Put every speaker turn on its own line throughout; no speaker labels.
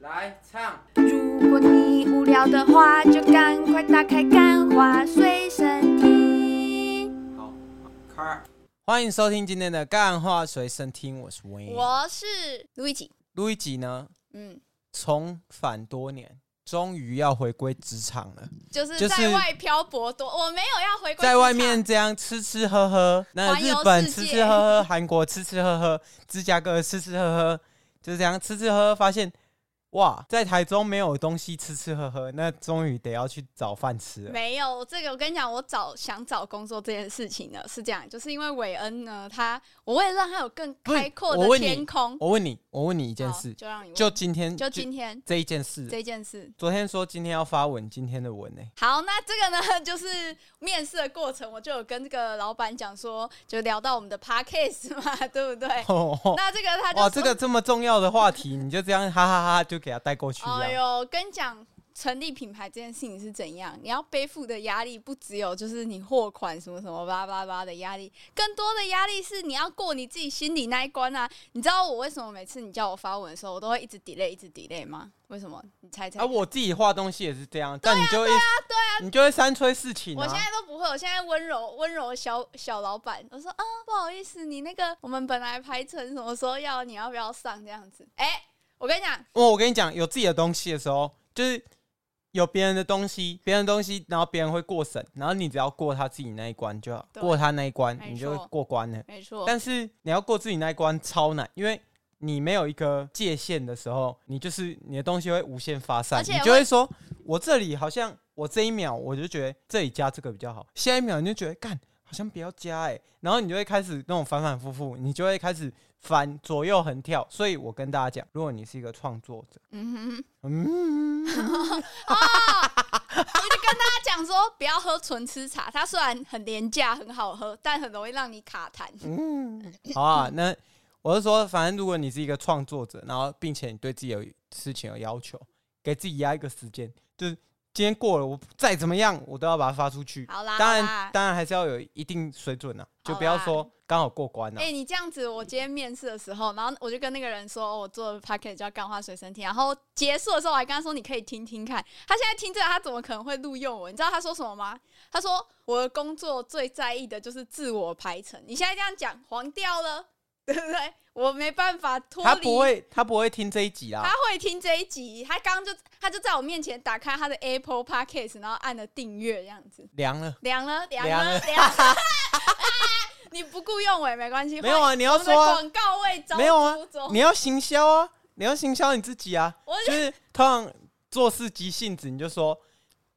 来唱。
如果你无聊的话，就赶快打开《干花随身听
好，开。欢迎收听今天的干话随身听，我是 Wayne。》，
我是路易吉。
录一集呢，
嗯，
重返多年，终于要回归职场了。
就是
就是
在外漂泊多，我没有要回归，
在外面，这样吃吃喝喝，那
环
日
游
本
世
吃
界
吃喝喝，韩国吃吃喝喝，芝加哥吃吃喝喝，就是这样吃吃喝喝，发现哇，在台中没有东西吃吃喝喝，那终于得要去找饭吃了。
没有这个。我跟你讲，我找想找工作这件事情呢，是这样，就是因为韦恩呢，他我为了让他有更
不是
开阔
我
的
问你
天空，
我问你，我问你一件
好
事，
就让你问
就今天
就今天
这一件事，
这件事。
昨天说今天要发文，今天的文呢、
好，那这个呢， 就是面试的过程，我就有跟这个老板讲说，就聊到我们的 podcast 嘛，对不对？那这个他就
哦哇，
说
这个这么重要的话题，你就这样哈哈哈就给他带过去了。
哎呦，跟你讲，成立品牌这件事情是怎样？你要背负的压力不只有就是你货款什么什么叭叭叭的压力，更多的压力是你要过你自己心里那一关啊！你知道我为什么每次你叫我发文的时候，我都会一直 delay 一直 delay 吗？为什么？你猜猜
啊，
看？
我自己画东西也是这样，但你就会对啊，你就会三催四请、啊。
我现在都不会，我现在温柔温柔小小老板，我说啊、不好意思，你那个我们本来排程什么时候要，你要不要上这样子？哎、我跟你讲，
哦，我跟你讲，有自己的东西的时候，就是有别人的东西，别人的东西，然后别人会过审，然后你只要过他自己那一关就好，
对
过他那一关，
没
你就会
错
过关了。
没错，
但是你要过自己那一关超难，因为你没有一个界限的时候，你就是你的东西会无限发散，
而且
你就
会
会说，我这里好像我这一秒我就觉得这里加这个比较好，下一秒你就觉得干好像不要加哎、然后你就会开始那种反反复复，你就会开始翻左右横跳。所以我跟大家讲，如果你是一个创作者，
嗯哼，
嗯，
我就跟大家讲说，不要喝纯吃茶，它虽然很廉价很好喝，但很容易让你卡痰。嗯
好啊，那我是说，反正如果你是一个创作者，然后并且你对自己有事情有要求，给自己压一个时间，就是今天过了，我再怎么样，我都要把它发出去。
好啦，
当
好
然
啦，
当然还是要有一定水准啊，就
好
不要
啦
说刚好过关了、啊
哎、你这样子，我今天面试的时候，然后我就跟那个人说，哦我做 p a c k e t 叫《干花随身听》，然后结束的时候，我还跟他说，你可以听听看。他现在听这个，他怎么可能会录用我？你知道他说什么吗？他说我的工作最在意的就是自我排程。你现在这样讲，黄掉了，对不对？我没办法脱离。
他不会，他不会听这一集啦
他。会听这一集，他刚刚就他就在我面前打开他的 Apple Podcast，然后按了订阅这样子，
凉了，
凉了，凉
凉了
了， 凉了。啊你不雇佣我也没关系，
没有啊？你
我
要
们的
说啊、
广告位招
没有啊
租中
你要行销啊，你要行销你自己啊。
我
就
就是
通常做事急性子，你就说，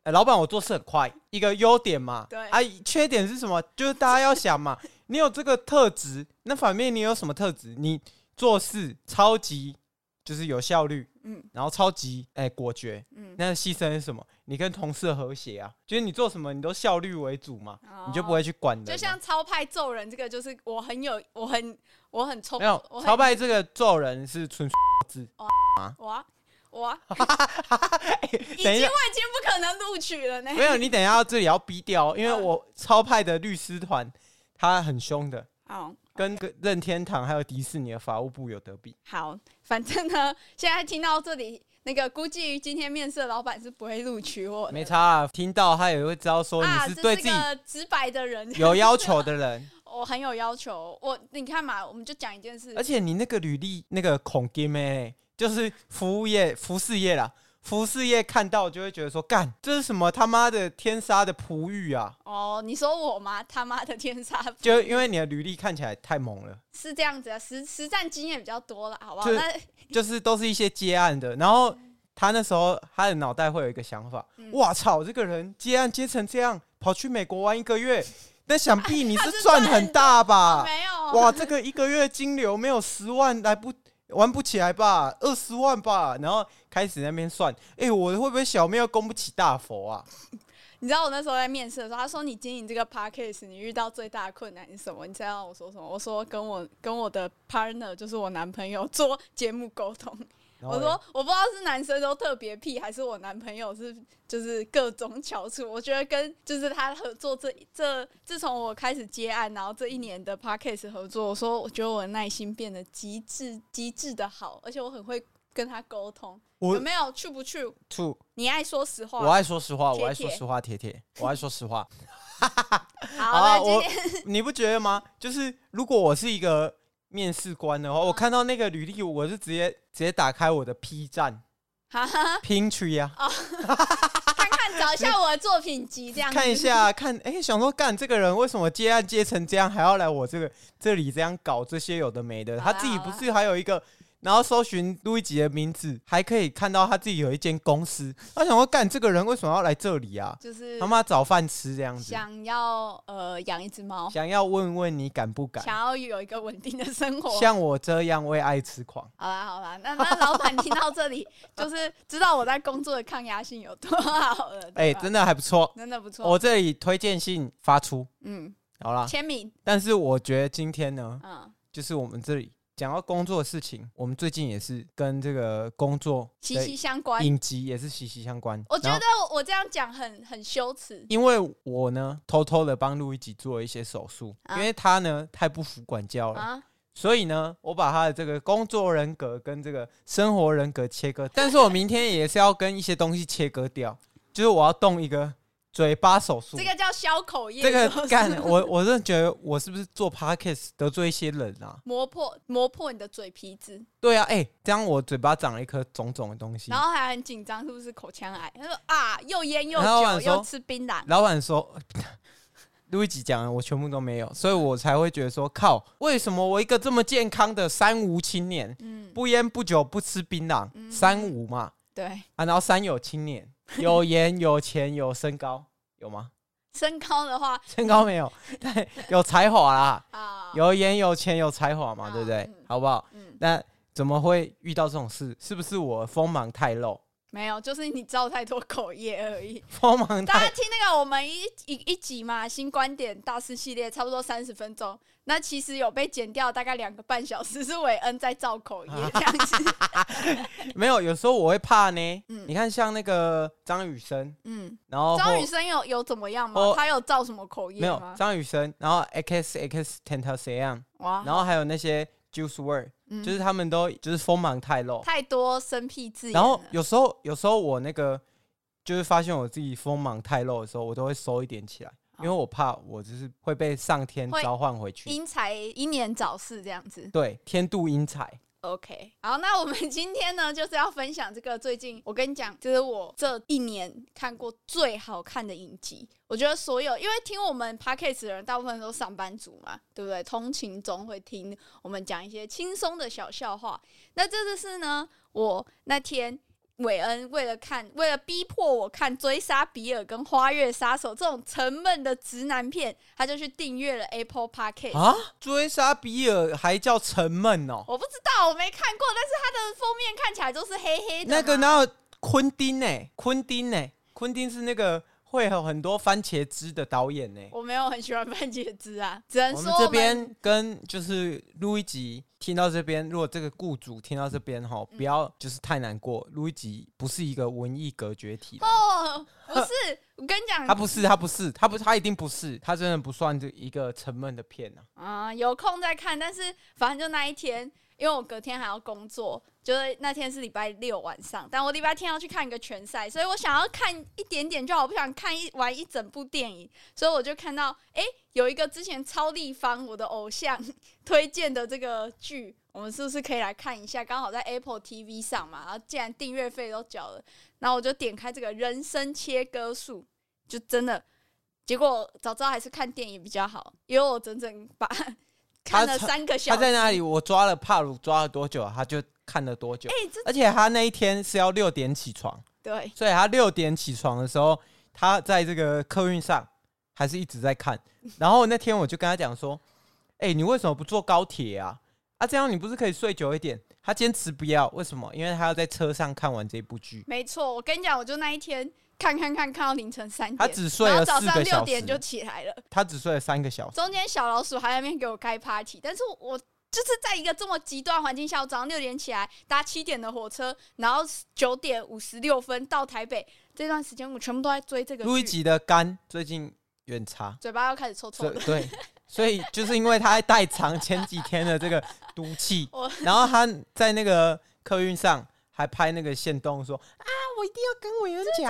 呃老板，我做事很快，一个优点嘛。
对
啊，缺点是什么？就是大家要想嘛， 你有这个特质，那反面你有什么特质？你做事超级就是有效率，
嗯
然后超级哎、果决。
嗯，
那牺牲是什么？你跟同事和谐啊，就是你做什么你都效率为主嘛，你就不
哦。
会去管人嘛。
就像超派揍人这个，就是我很有，我很，我很冲，
没有
我很哦
朝拜这个做人是纯 字，
我啊我啊
等
已经我已
一
经
下
不可能录取了呢。
没有，你等一下这里要逼掉，因为
嗯
我超派的律师团他很凶的，
好，
跟个任天堂还有迪士尼的法务部有得比。
好，反正呢，现在听到这里，那个估计今天面试的老板是不会录取我的。
没差、啊，听到他也会知道说
啊，
哦你
这
对自己
个直白的人，
有要求的人，
我很有要求。我你看嘛，我们就讲一件事
而，且你那个履历那个恐金妹，就是服务业、服饰业啦，服饰业看到就会觉得说，干这是什么他妈的天杀的璞玉啊！
哦，你说我吗？他妈的天杀，
就因为你的履历看起来太猛了。
是这样子啊，实实战经验比较多了，好不好？
就是
那
就是都是一些接案的，然后他那时候他的脑袋会有一个想法
嗯：，
哇操，这个人接案接成这样，跑去美国玩一个 月，那想必你是赚很大吧？
没有，
啊哇，这个一个月金流没有十万来不玩不起来吧？二十万吧？然后开始那边算，哎、我会不会小庙供不起大佛啊？
你知道我那时候在面试的时候，他说你经营这个 podcast，你遇到最大的困难是什么？你知道我说什么？我说跟我跟我的 partner，就是我男朋友做节目沟通。
然后
我
嘞
说我不知道是男生都特别屁，还是我男朋友是就是各种翘楚。我觉得跟就是他合作这这自从我开始接案，然后这一年的 p a c k a s e 合作，我说我觉得我的耐心变得极致极致的好，而且我很会跟他沟通，有
我
没有去不去？
吐，
你爱说实话。
我爱说实话，我爱
铁
说
铁
实话，铁铁，我爱说实话。
好，
好啊
那今天
你不觉得吗？就是如果我是一个面试官的话，
嗯
我看到那个履历，我是直接直接打开我的 P 站、 啊
哈哈，哦
拼区呀，
看看找一下我的作品集，这样子
看一。下看，哎、想说干这个人为什么接案接成这样，还要来我这个这里这样搞这些有的没的？
好啦
他自己
好啊
不
啦
是还有一个。然后搜寻路易吉的名字，还可以看到他自己有一间公司。他想说，干这个人为什么要来这里啊？
就是
他妈找饭吃这样子，
想要呃养一只猫，
想要问问你敢不敢？
想要有一个稳定的生活。
像我这样为爱痴狂。
好啦好啦，那那老板听到 这里，就是知道我在工作的抗压性有多好了。
哎、
对吧
真的还不错。
真的不错。
我这啊里推荐信发出，
嗯，
好啦。
签名，
但是我觉得今天呢，
嗯，
就是我们这里讲到工作的事情，我们最近也是跟这个工作
息息
的
相关。
影集也是息息相关。
我觉
然
得
后
我我这样讲很很羞耻。
因为我呢，偷偷的帮路易吉做了一些手术，
啊
因为他呢太不服管教了，
啊，
所以呢，我把他的这个工作人格跟这个生活人格切 割，但是我明天也是要跟一些东西切割掉，就是我要动一个嘴巴手术。
这个叫消口业，
这个
是不是
干，我我真的觉得我是不是做 podcast 得罪一些人啊？
磨破磨破你的嘴皮子，
对啊，哎、这样我嘴巴长了一颗肿肿的东西
然。后还很紧张，是不是口腔癌？他说啊，又烟又
然后老板
酒
说
又吃槟榔，
老板说，路易吉讲的我全部都没有，所以我才会觉得说，靠，为什么我一个这么健康的三无青年，
嗯，
不烟不酒不吃槟榔，
嗯
三无嘛
对，
啊，然后三有青年，有颜有钱有身高，有吗？
身高的话
身高没有，但有才华啦，
啊，，
有颜有钱有才华嘛，对不对
嗯？
好不好？
嗯，
那怎么会遇到这种事？是不是我锋芒太露？
没有，就是你造太多口业而已。
锋 芒
大家
太……
听那个我们一一一集嘛，新观点大师系列，差不多三十分钟。那其实有被剪掉大概两个半小时，是韦恩在造口业这样 子。
没有，有时候我会怕呢。
嗯
你看，像那个张雨生，
嗯，
然后
张
或
雨生有有怎么样吗
哦？
他有造什么口业
没有
吗？
张雨生，然后 X X Tentacion，
哇，
然后还有那些 Juice Word，、
啊嗯
就是他们都就是锋芒太露。
太多生僻字眼了。
然后有时候，有时候我那个就是发现我自己锋芒太露的时候，我都会收一点起来，因为我怕我就是会被上天
啊会
召唤回去。
因才英年早逝这样子。
对，天妒英才。
OK，好，那我们今天呢，就是要分享这个最近我跟你讲，这、是我这一年看过最好看的影集。我觉得所有，因为听我们 podcast 的人大部分都上班族嘛，对不对？通勤中会听我们讲一些轻松的小笑话。那这就是呢，我那天韦恩为了看，为了逼迫我看《追杀比尔》跟《花月杀手》这种沉闷的直男片，他就去订阅了 Apple Podcast。
啊！追杀比尔还叫沉闷哦，
我不知道，我没看过，但是它的封面看起来都是黑黑的
那
嘛。
个哪有昆汀呢、昆汀呢、昆汀是那个会有很多番茄汁的导演呢、
我没有很喜欢番茄汁啊，只能
我
说
们这边跟就是录一集，听到这边，如果这个雇主听到这边哈，不要就是太难过。录一集不是一个文艺隔绝体啦，
哦，不 是，我跟你讲
他不是，他不是，他不，他一定不是，他真的不算这一个沉闷的片啊。
啊、有空再看，但是反正就那一天，因为我隔天还要工作，就是那天是礼拜六晚上，但我礼拜天要去看一个拳赛，所以我想要看一点点就好，我不想看一完一整部电影，所以我就看到，诶，有一个之前超立方我的偶像 推荐的这个剧，我们是不是可以来看一下？刚好在 Apple TV 上嘛，然后既然订阅费都缴了，然后我就点开这个人生切割术，就真的。结果早知道还是看电影比较好，因为我整整把 看了
他
三个
他
小时。
在那里，我抓了帕鲁抓了多久，他就看了多久
哎、。 这
而且他那一天是要六点起床。
对
所以他六点起床的时候，他在这个客运上还是一直在看。然后那天我就跟他讲说：“哎、你为什么不坐高铁啊？啊，这样你不是可以睡久一点？”他坚持不要，为什么？因为他要在车上看完这部剧。
没错，我跟你讲，我就那一天看看看看到凌晨三点，
他只睡
然
了
后早
四
上
个
六
小
点就
时，
起来了。
他只睡了三个小时。
中间小老鼠还在那边给我开 party，但是我就是在一个这么极端环境下，我早上六点起来搭七点的火车，然后九点五十六分到台北，这段时间我全部都在追这个
路易
剧
吉的肝最近远差，
嘴巴又开始臭臭
所以
的。
对，所以就是因为他代偿前几天的这个毒气
我，
然后他在那个客运上。还拍那个线动说啊，我一定要跟委员讲。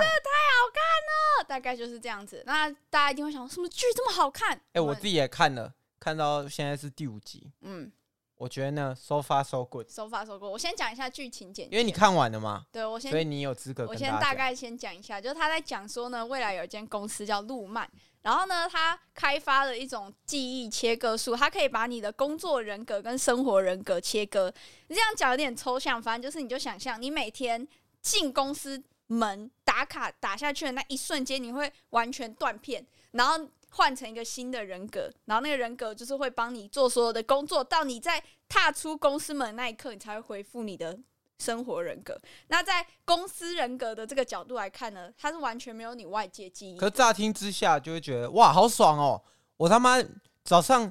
大概就是这样子。那大家一定会想，什么剧这么好看？
哎、我自己也看了，看到现在是第五集，
嗯，
我觉得呢，so far so good，
手法手过。我先讲一下剧情简介，
因为你看完了嘛，
对我先
所以你有资格
我
跟
先
大家
大
讲。
概先讲一下，就是他在讲说呢，未来有一间公司叫路曼，然后呢，他开发了一种记忆切割术，它可以把你的工作人格跟生活人格切割。你这样讲有点抽象，反正就是你就想象你每天进公司门打卡打下去的那一瞬间，你会完全断片，然后。换成一个新的人格，然后那个人格就是会帮你做所有的工作，到你在踏出公司门那一刻，你才会恢复你的生活人格。那在公司人格的这个角度来看呢，它是完全没有你外界记忆
可。是乍听之下就会觉得哇，好爽哦！我他妈早上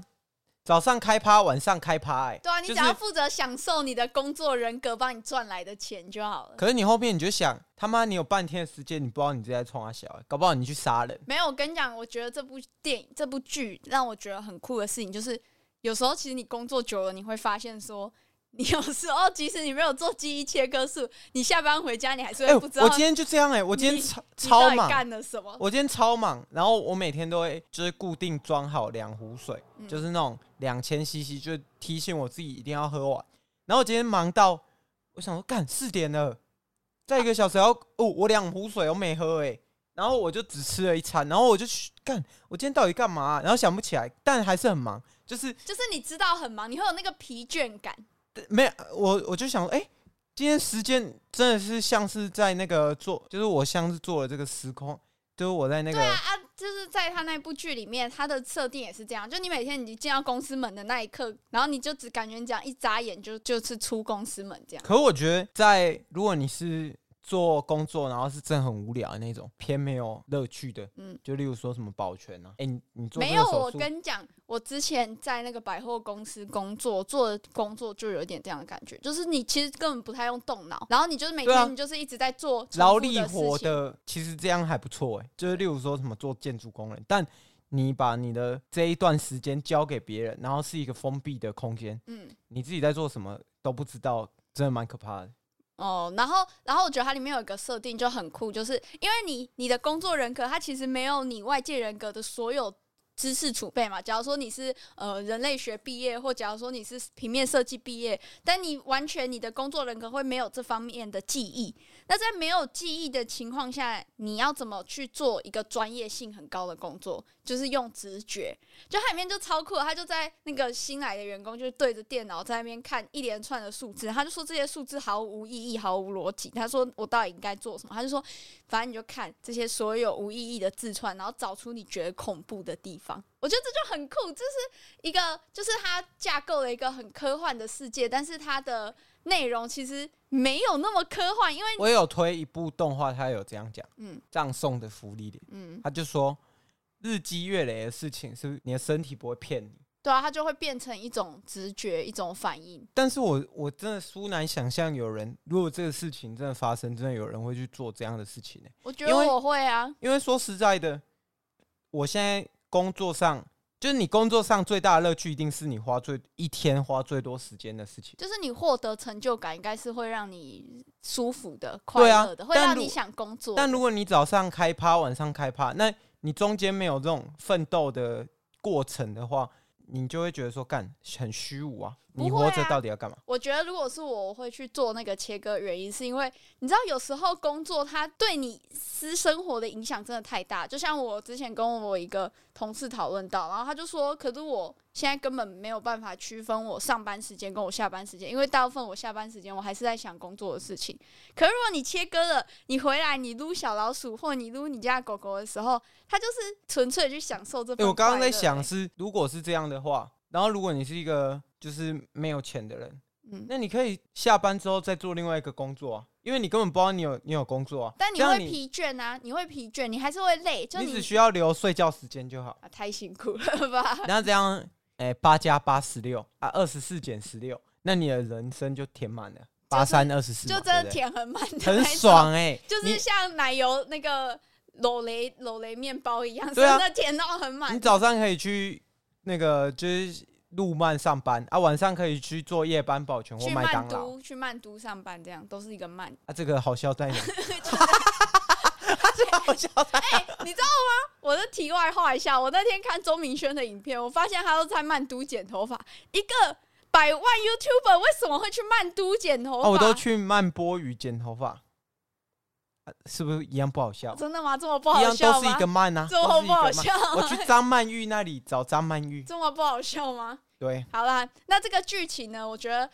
早上开趴，晚上开趴、哎，
对啊，你
就
只
是
要负责享受你的工作人格帮你赚来的钱就好了。
可是你后面你就想，他妈你有半天的时间，你不知道你自己在冲啊小、欸，搞不好你去杀人。
没有，我跟你讲，我觉得这部电影、这部剧让我觉得很酷的事情，就是有时候其实你工作久了，你会发现说，你有时候即使你没有做记忆切割术，你下班回家你还是
哎、
会不知道
我今天就这样哎、我今
你
天超超
你到底
忙，
干了什么。
我今天超忙，然后我每天都会就是固定装好两壶水，
嗯
就是那种两千 CC，就是提醒我自己一定要喝完。然后我今天忙到，我想说干四点了，再一个小时要哦，我两壶水我没喝哎、然后我就只吃了一餐，然后我就去干，我今天到底干嘛啊、然后想不起来，但还是很忙，就是
就是你知道很忙，你会有那个疲倦感，
没有我我就想说，哎、今天时间真的是像是在那个做，就是我像是做了这个时空，就是我在那个。
对啊啊，就是在他那部剧里面，他的设定也是这样，就你每天你进到公司门的那一刻，然后你就只感觉你这样一眨眼就就是出公司门这样。
可我觉得在，如果你是做工作，然后是真的很无聊的那种，偏没有乐趣的，
嗯
嗯，就例如说什么保全啊，哎、你你做这
没
个
有，
手
我
术
跟你讲，我之前在那个百货公司工作，做的工作就有一点这样的感觉，就是你其实根本不太用动脑，然后你就是每
对啊
天你就是一直在做重复
劳力
的
活
事情。
的，其实这样还不错哎、就是例如说什么做建筑工人，但你把你的这一段时间交给别人，然后是一个封闭的空间，
嗯，
你自己在做什么都不知道，真的蛮可怕的。
哦，然后，然后我觉得它里面有一个设定就很酷，就是因为你你的工作人格，它其实没有你外界人格的所有知识储备嘛。假如说你是呃人类学毕业，或假如说你是平面设计毕业，但你完全你的工作人格会没有这方面的记忆。那在没有记忆的情况下，你要怎么去做一个专业性很高的工作？就是用直觉。就它里面就超酷的，他就在那个新来的员工就是对着电脑在那边看一连串的数字，他就说这些数字毫无意义、毫无逻辑。他说我到底应该做什么？他就说反正你就看这些所有无意义的字串，然后找出你觉得恐怖的地方。我觉得这就很酷，这是一个就是它架构了一个很科幻的世界，但是它的内容其实没有那么科幻，因为
我有推一部动画，它有这样讲，
嗯
葬送的福利点，
嗯，
他就说日积月累的事情，是你的身体不会骗你。
对啊，它就会变成一种直觉，一种反应。
但是我我真的殊难想象有人，如果这个事情真的发生，真的有人会去做这样的事情呢、
我觉得
因为
我会啊，
因为说实在的，我现在工作上，就是你工作上最大的乐趣，一定是你花最一天花最多时间的事情。
就是你获得成就感，应该是会让你舒服的、快
对啊
乐的，会
但
让
如
你想工作的。
但如果你早上开趴，晚上开趴，那你中间没有这种奋斗的过程的话，你就会觉得说干很虚无啊！你
不会
活
啊
着到底要干嘛？
我觉得，如果是我，我会去做那个切割，原因是因为你知道，有时候工作它对你私生活的影响真的太大。就像我之前跟我一个同事讨论到，然后他就说，可是我现在根本没有办法区分我上班时间跟我下班时间，因为大部分我下班时间我还是在想工作的事情。可是如果你切割了，你回来你撸小老鼠或你撸你家的狗狗的时候，它就是纯粹去享受这份快
欸
乐、
我刚刚在想
欸
是，如果是这样的话，然后如果你是一个就是没有钱的人，
嗯
那你可以下班之后再做另外一个工作啊，因为你根本不知道你有你有工作啊。
但你
这样
会疲倦啊，你会疲倦，你还是会累，就
你只需要留睡觉时间就
。
好
啊，太辛苦 了吧？
然后这样，哎、八加八十六啊，二十四减十六，那你的人生就填满了，八三二十四，
就
对
真
不
的
对
舔很满的，
很，爽哎、
就
你
是像奶油那个裸雷裸雷面包一样，
对啊
真的舔到很
你
满。
早上可以去那个就是路漫上班啊，晚上可以去做夜班保全或
去
麦
曼
当劳
都去曼都上班，这样都是一个曼。
啊，这个好笑 在哪？ 这个好笑在
哎、你知道吗？我的题外话一下，我那天看周明轩的影片，我发现他都在曼都剪头发。一个百万 YouTuber 为什么会去曼都剪头发、
哦，我都去曼波鱼剪头发、啊是不是一样不好笑？
真的吗？这么不好
一样
笑
都
吗？
是一个曼啊，
这
都
么
是一
不好
个曼
笑？
我去张曼玉那里找张曼玉，
这么不好笑吗？
对，
好啦，那这个剧情呢，我觉得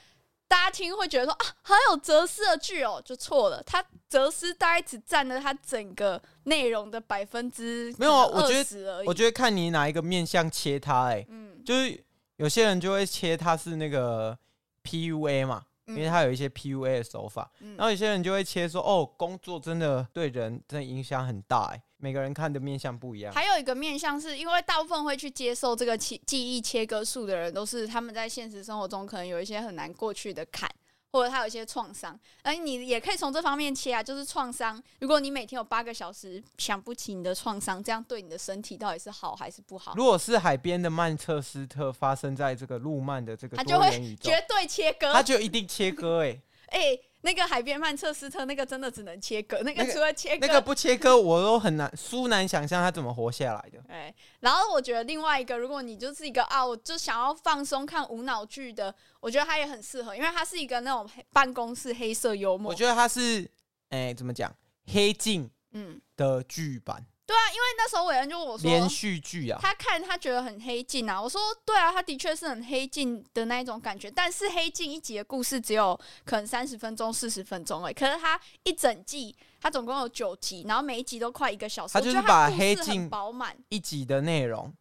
大家听会觉得说啊，好有哲思的剧哦，就错了。它哲思大概只占了它整个内容的百分之
没有啊我觉
二
得
十而已。
我觉得看你哪一个面相切它、欸，哎，
嗯，
就是有些人就会切它是那个 PUA 嘛，因为
嗯
它有一些 PUA 的手法，
嗯
然后有些人就会切说，哦，工作真的对人真的影响很大、欸，哎，每个人看的面相不一样，
还有一个面向是因为大部分会去接受这个记记忆切割术的人，都是他们在现实生活中可能有一些很难过去的坎，或者他有一些创伤。而你也可以从这方面切啊，就是创伤。如果你每天有八个小时想不起你的创伤，这样对你的身体到底是好还是不好？
如果是海边的曼彻斯特发生在这个路曼的这个
它
多
就
元宇
会
宙，
绝对切割。
它就一定切割、 欸，哎。
哎、那个海边曼彻斯特那个真的只能切割，那
那
个
个
除了切割，
那个不切割，我都很难，苏难想象他怎么活下来的。
哎，然后我觉得另外一个，如果你就是一个啊，我就想要放松看无脑剧的，我觉得它也很适合，因为它是一个那种黑办公室黑色幽默。
我觉得他是，哎、怎么讲，黑镜
嗯，
的剧版
对啊，因为那时候伟恩就问我说，
连续剧啊，
他看他觉得很黑镜啊，我说对啊，他的确是很黑镜的那一种感觉，但是黑镜一集的故事只有可能三十分钟、四十分钟而已，可是他一整季，他总共有九集，然后每一集都快一个小时，
他
我
就是
觉得
把
故事
黑
很
镜
饱满，
一集的内容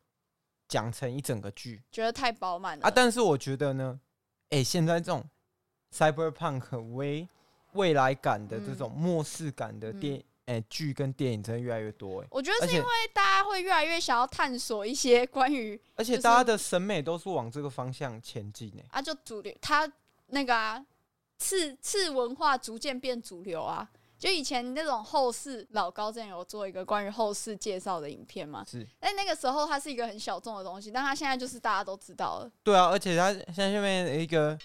讲成一整个剧
觉得太饱满了
啊。但是我觉得呢，哎、现在这种 cyberpunk 为未来感的这
嗯
种末世感的
嗯
电哎剧、跟电影真的越来越多、哎，
我觉
而
得是因
且
为大家会越来越想要探索一些关于
而且
就是
大家的审美都是往这个方向前进、哎，
啊，就主流，它那个啊，次次文化逐渐变主流啊。就以前那种后世，老高之前有做一个关于后世介绍的影片嘛，
是
但那个时候它是一个很小众的东西，但它现在就是大家都知道了。
对啊，而且他像下面有一个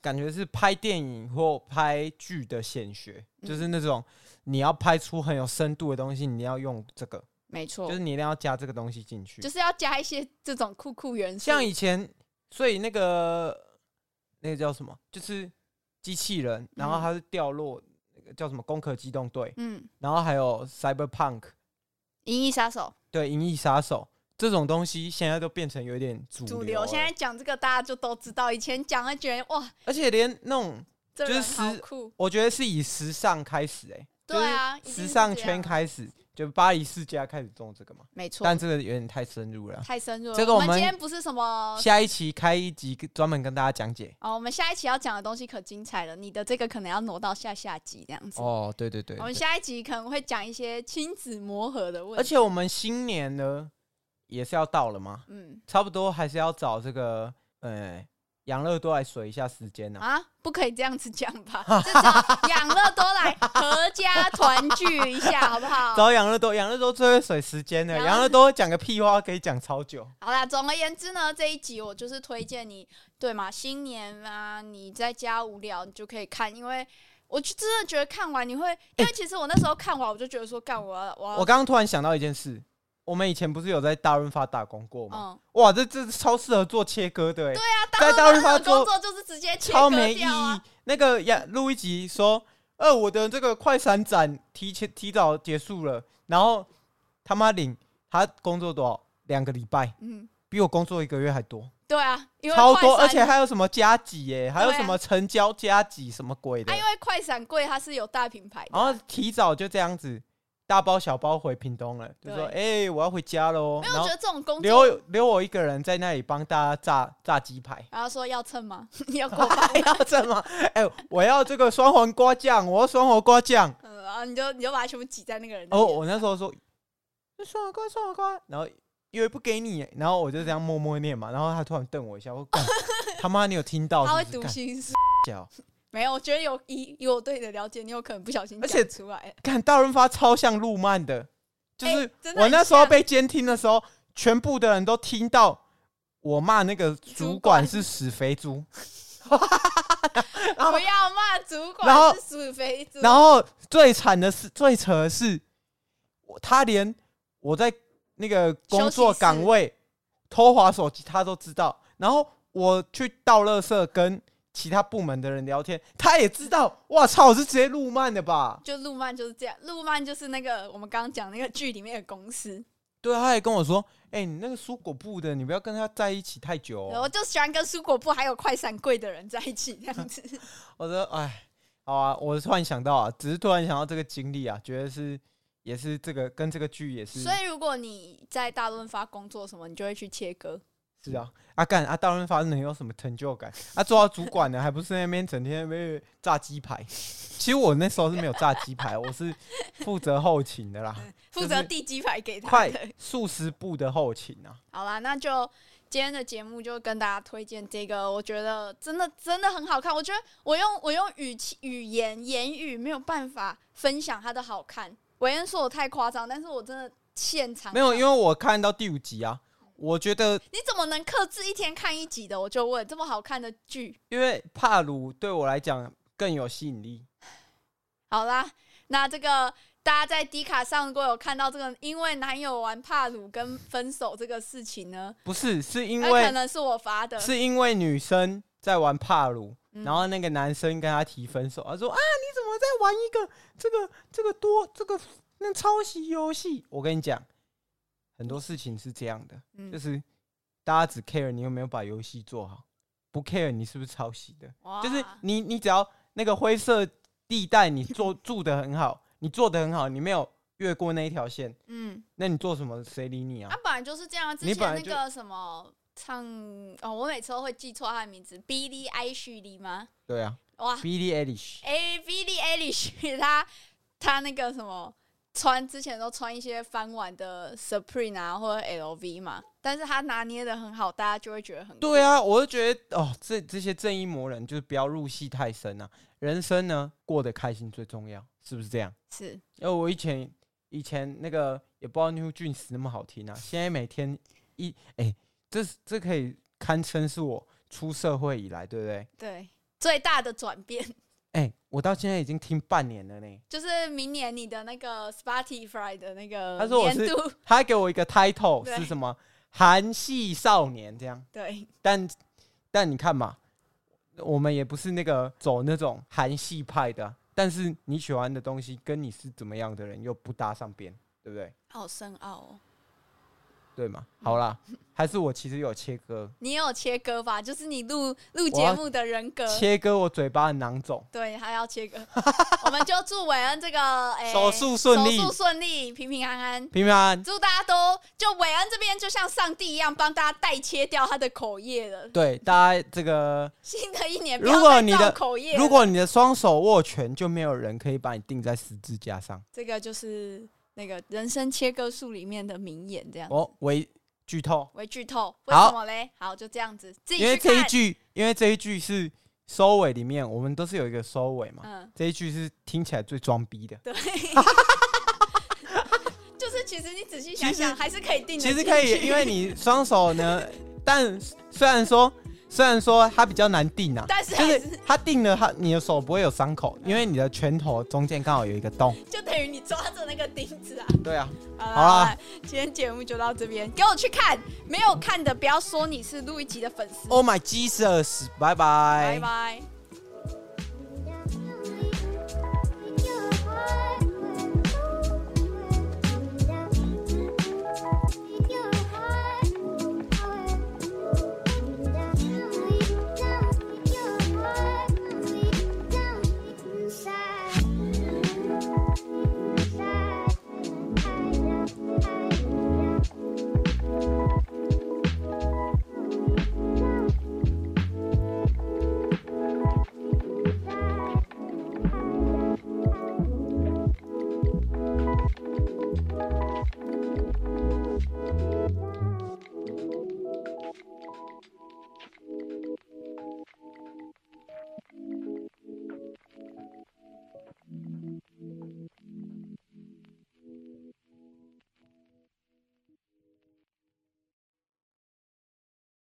感觉是拍电影或拍剧的显学，
嗯
就是那种你要拍出很有深度的东西，你要用这个，
没错，
就是你一定要加这个东西进去
就。是要加一些这种酷酷元素。
像以前，所以那个那个叫什么，就是机器人，然后
嗯
它是掉落那个叫什么《攻壳机动队》，
嗯，《
然后还有 Cyberpunk
银翼杀手
对《银翼杀手》这种东西，现在都变成有点》主流
主
了，
流，现在讲这个大家就都知道。以前讲会觉得哇，
而且连那种
这
就是
人好
时
酷。
我觉得是以时尚开始、欸，哎，
对啊一定
时
是
尚
这
圈
样
开始，就巴黎世家开始种这个嘛，
没错，
但这个有点太深入了。
太深入了。
这个
我
我们
今天不是什么
下一期开一集专门跟大家讲解。
哦，我们下一期要讲的东西可精彩了，你的这个可能要挪到下下集这样子。
哦，对对对
我们
对
下一集可能会讲一些亲子磨合的问
而
题。
且我们新年呢也是要到了嘛，
嗯
差不多还是要找这个呃养乐多来水一下时间呐、
啊，不可以这样子讲 吧？至少养乐多来合家团聚 一下，好不好？
找养乐多，养乐多最会水时间的，
养乐
养乐多讲个屁话可以讲超久。
好啦，总而言之呢，这一集我就是推荐你，对嘛？新年啊，你在家无聊，你就可以看，因为我就真的觉得看完你会，因为其实我那时候看完，我就觉得说，干我哦要我
我
要
刚刚突然想到一件事，我们以前不是有在大润发打工过吗？
嗯，
哇，这这超适合做切割的、欸，哦对啊，在大
大
润发
工
做
作就是直接切
超
割
没意义。
掉啊
那个呀，录一集说，呃，我的这个快闪展提前提早结束了，然后他妈领他工作多少两个礼拜，
嗯，
比我工作一个月还多，
对啊，因为
超
快
多，
闪
而且还有什么加几耶、还有
对啊
什么成交加几什么鬼的，
啊，因为快闪柜它是有大品牌的
然后提早就这样子大包小包回屏东了，就说哎、我要回家喽，
没有
然
我
后
觉得这种工作，
留留我一个人在那里帮大家炸炸鸡排。
然后说要蹭吗？ 你要过吧？
要这么，哎、我要这个双黄瓜酱，我要双黄瓜酱。
嗯，然后你就你就把它全部挤在那个人那
哦，
里
我那时候说啊双黄瓜，双黄瓜，然后因为不给你，然后我就这样默默念嘛，然后他突然瞪我一下，我干他妈你有听到
他会
是不是？
读心术。
干屌
没有，我觉得有以以我对你的了解，你有可能不小心
而且
讲出来。
看大润发超像路漫的，就
哎
是
真的
我
很
那时候
像
被监听的时候，全部的人都听到我骂那个主管是死肥猪，
不要骂主
然后
管是死肥猪，
然后最惨的是最扯的是，我他连我在那个工作岗位偷滑手机他都知道，然后我去倒垃圾跟其他部门的人聊天，他也知道。哇操，我是直接录慢的吧？
就路漫就是这样，路漫就是那个我们刚刚讲那个剧里面的公司，
对，啊他还跟我说，哎、你那个蔬果部的，你不要跟他在一起太久、哦。
我就喜欢跟蔬果部还有快闪柜的人在一起这样 子。
我说，哎，好啊，我突然想到啊，只是突然想到这个经历啊，觉得是也是这个跟这个剧也是
所以如果你在大润发工作什么，你就会去切割。
是啊，啊干啊，大润发能有什么成就感？啊，做到主管呢，还不是那边整天在那边炸鸡排？ 其实我那时候是没有炸鸡排，我是负责后勤的啦，
负责递鸡排给他
快
的。
数十步的后勤啊。
好啦，那就今天的节目就跟大家推荐这个，我觉得真的真的很好看。我觉得我用我用语气、语言、言语没有办法分享它的好看。韦恩说我太夸张，但是我真的现场
没有，因
为
为我看到第五集啊，我觉得
你怎么能克制一天看一集的？我就问，这么好看的剧，
因为帕鲁对我来讲更有吸引力。
好啦，那这个大家在迪卡上如果有看到这个，因为男友玩帕鲁跟分手这个事情呢，
不是，是因
那哎可
为
能是我发的，
是因为女生在玩帕鲁，
嗯
然后那个男生跟他提分手，他说啊，你怎么在玩一个这个这个多这个那抄袭游戏？我跟你讲，很多事情是这样的，
嗯
就是大家只 care 你有没有把游戏做好，不 care 你是不是抄袭的，
哇
就是你你只要那个灰色地带你做 住的很好，你做的很好，你没有越过那一条线，
嗯。
那你做什么谁理你啊
他、？本来就是这样。之
你本
前
来
那
就
个什么唱哦，我每次都会记错他的名字，Billie Eilish 吗？
对啊
哇，
，Billie Eilish，
哎，Billie Eilish，他 他那个什么穿之前都穿一些翻碗的 Supreme 啊或者 LV 嘛，但是他拿捏的很好，大家就会觉得很酷
对。啊，我就觉得哦，这这些正义魔人就是不要入戏太深啊，人生呢过得开心最重要，是不是这样？
是
因为我以前以前那个也不知道 New Jeans 那么好听啊，现在每天一哎、这是这可以堪称是我出社会以来，对不对？
对最大的转变，
哎、我到现在已经听半年了呢。
就是明年你的那个 Spotify 的那个
他说我
年
是
度，
他还给我一个 title
对
是什么？韩系少年这样，
对
但但你看嘛，我们也不是那个走那种韩系派的啊，但是你喜欢的东西跟你是怎么样的人又不搭上边，对不对？
好深奥哦。
对嘛？好啦，还是我其实有切割，
你也有切割吧？就是你录录
我
节
要
目的人格，
切割我嘴巴的囊肿，
对，他要切割， 我们就祝韦恩这个、哎
手术顺利
手术顺利，平平安安。
平平安。
祝大家都就韦恩这边就像上帝一样帮大家代切掉他的口业了。
对，大家这个，
新的一年不
如
要
果
再
你
造
的
口业了，
如果你的双手握拳，就没有人可以把你钉在十字架上。
这个就是那个人生切割术里面的名言，这样子。
哦，为剧透，
为剧透，为
好
什么嘞？好，就这样子，自己
因为
去
这一
看。
句，因为这一句是收尾里面，我们都是有一个收尾嘛。
嗯，
这一句是听起来最装逼的，
对。就是其实你仔细想
其实
想，还是可以定的
其
进去。
实可以，因为你双手呢，但虽然说虽然说它比较难定啊，
但是
就
还
是它定了，它你的手不会有伤口，因为你的拳头中间刚好有一个洞。
就等于你抓着那个钉子啊。
对啊，
好
好啦
啦，今天节目就到这边，给我去看，没有看的不要说你是陆一吉的粉丝，
Oh my Jesus！拜拜。
拜拜。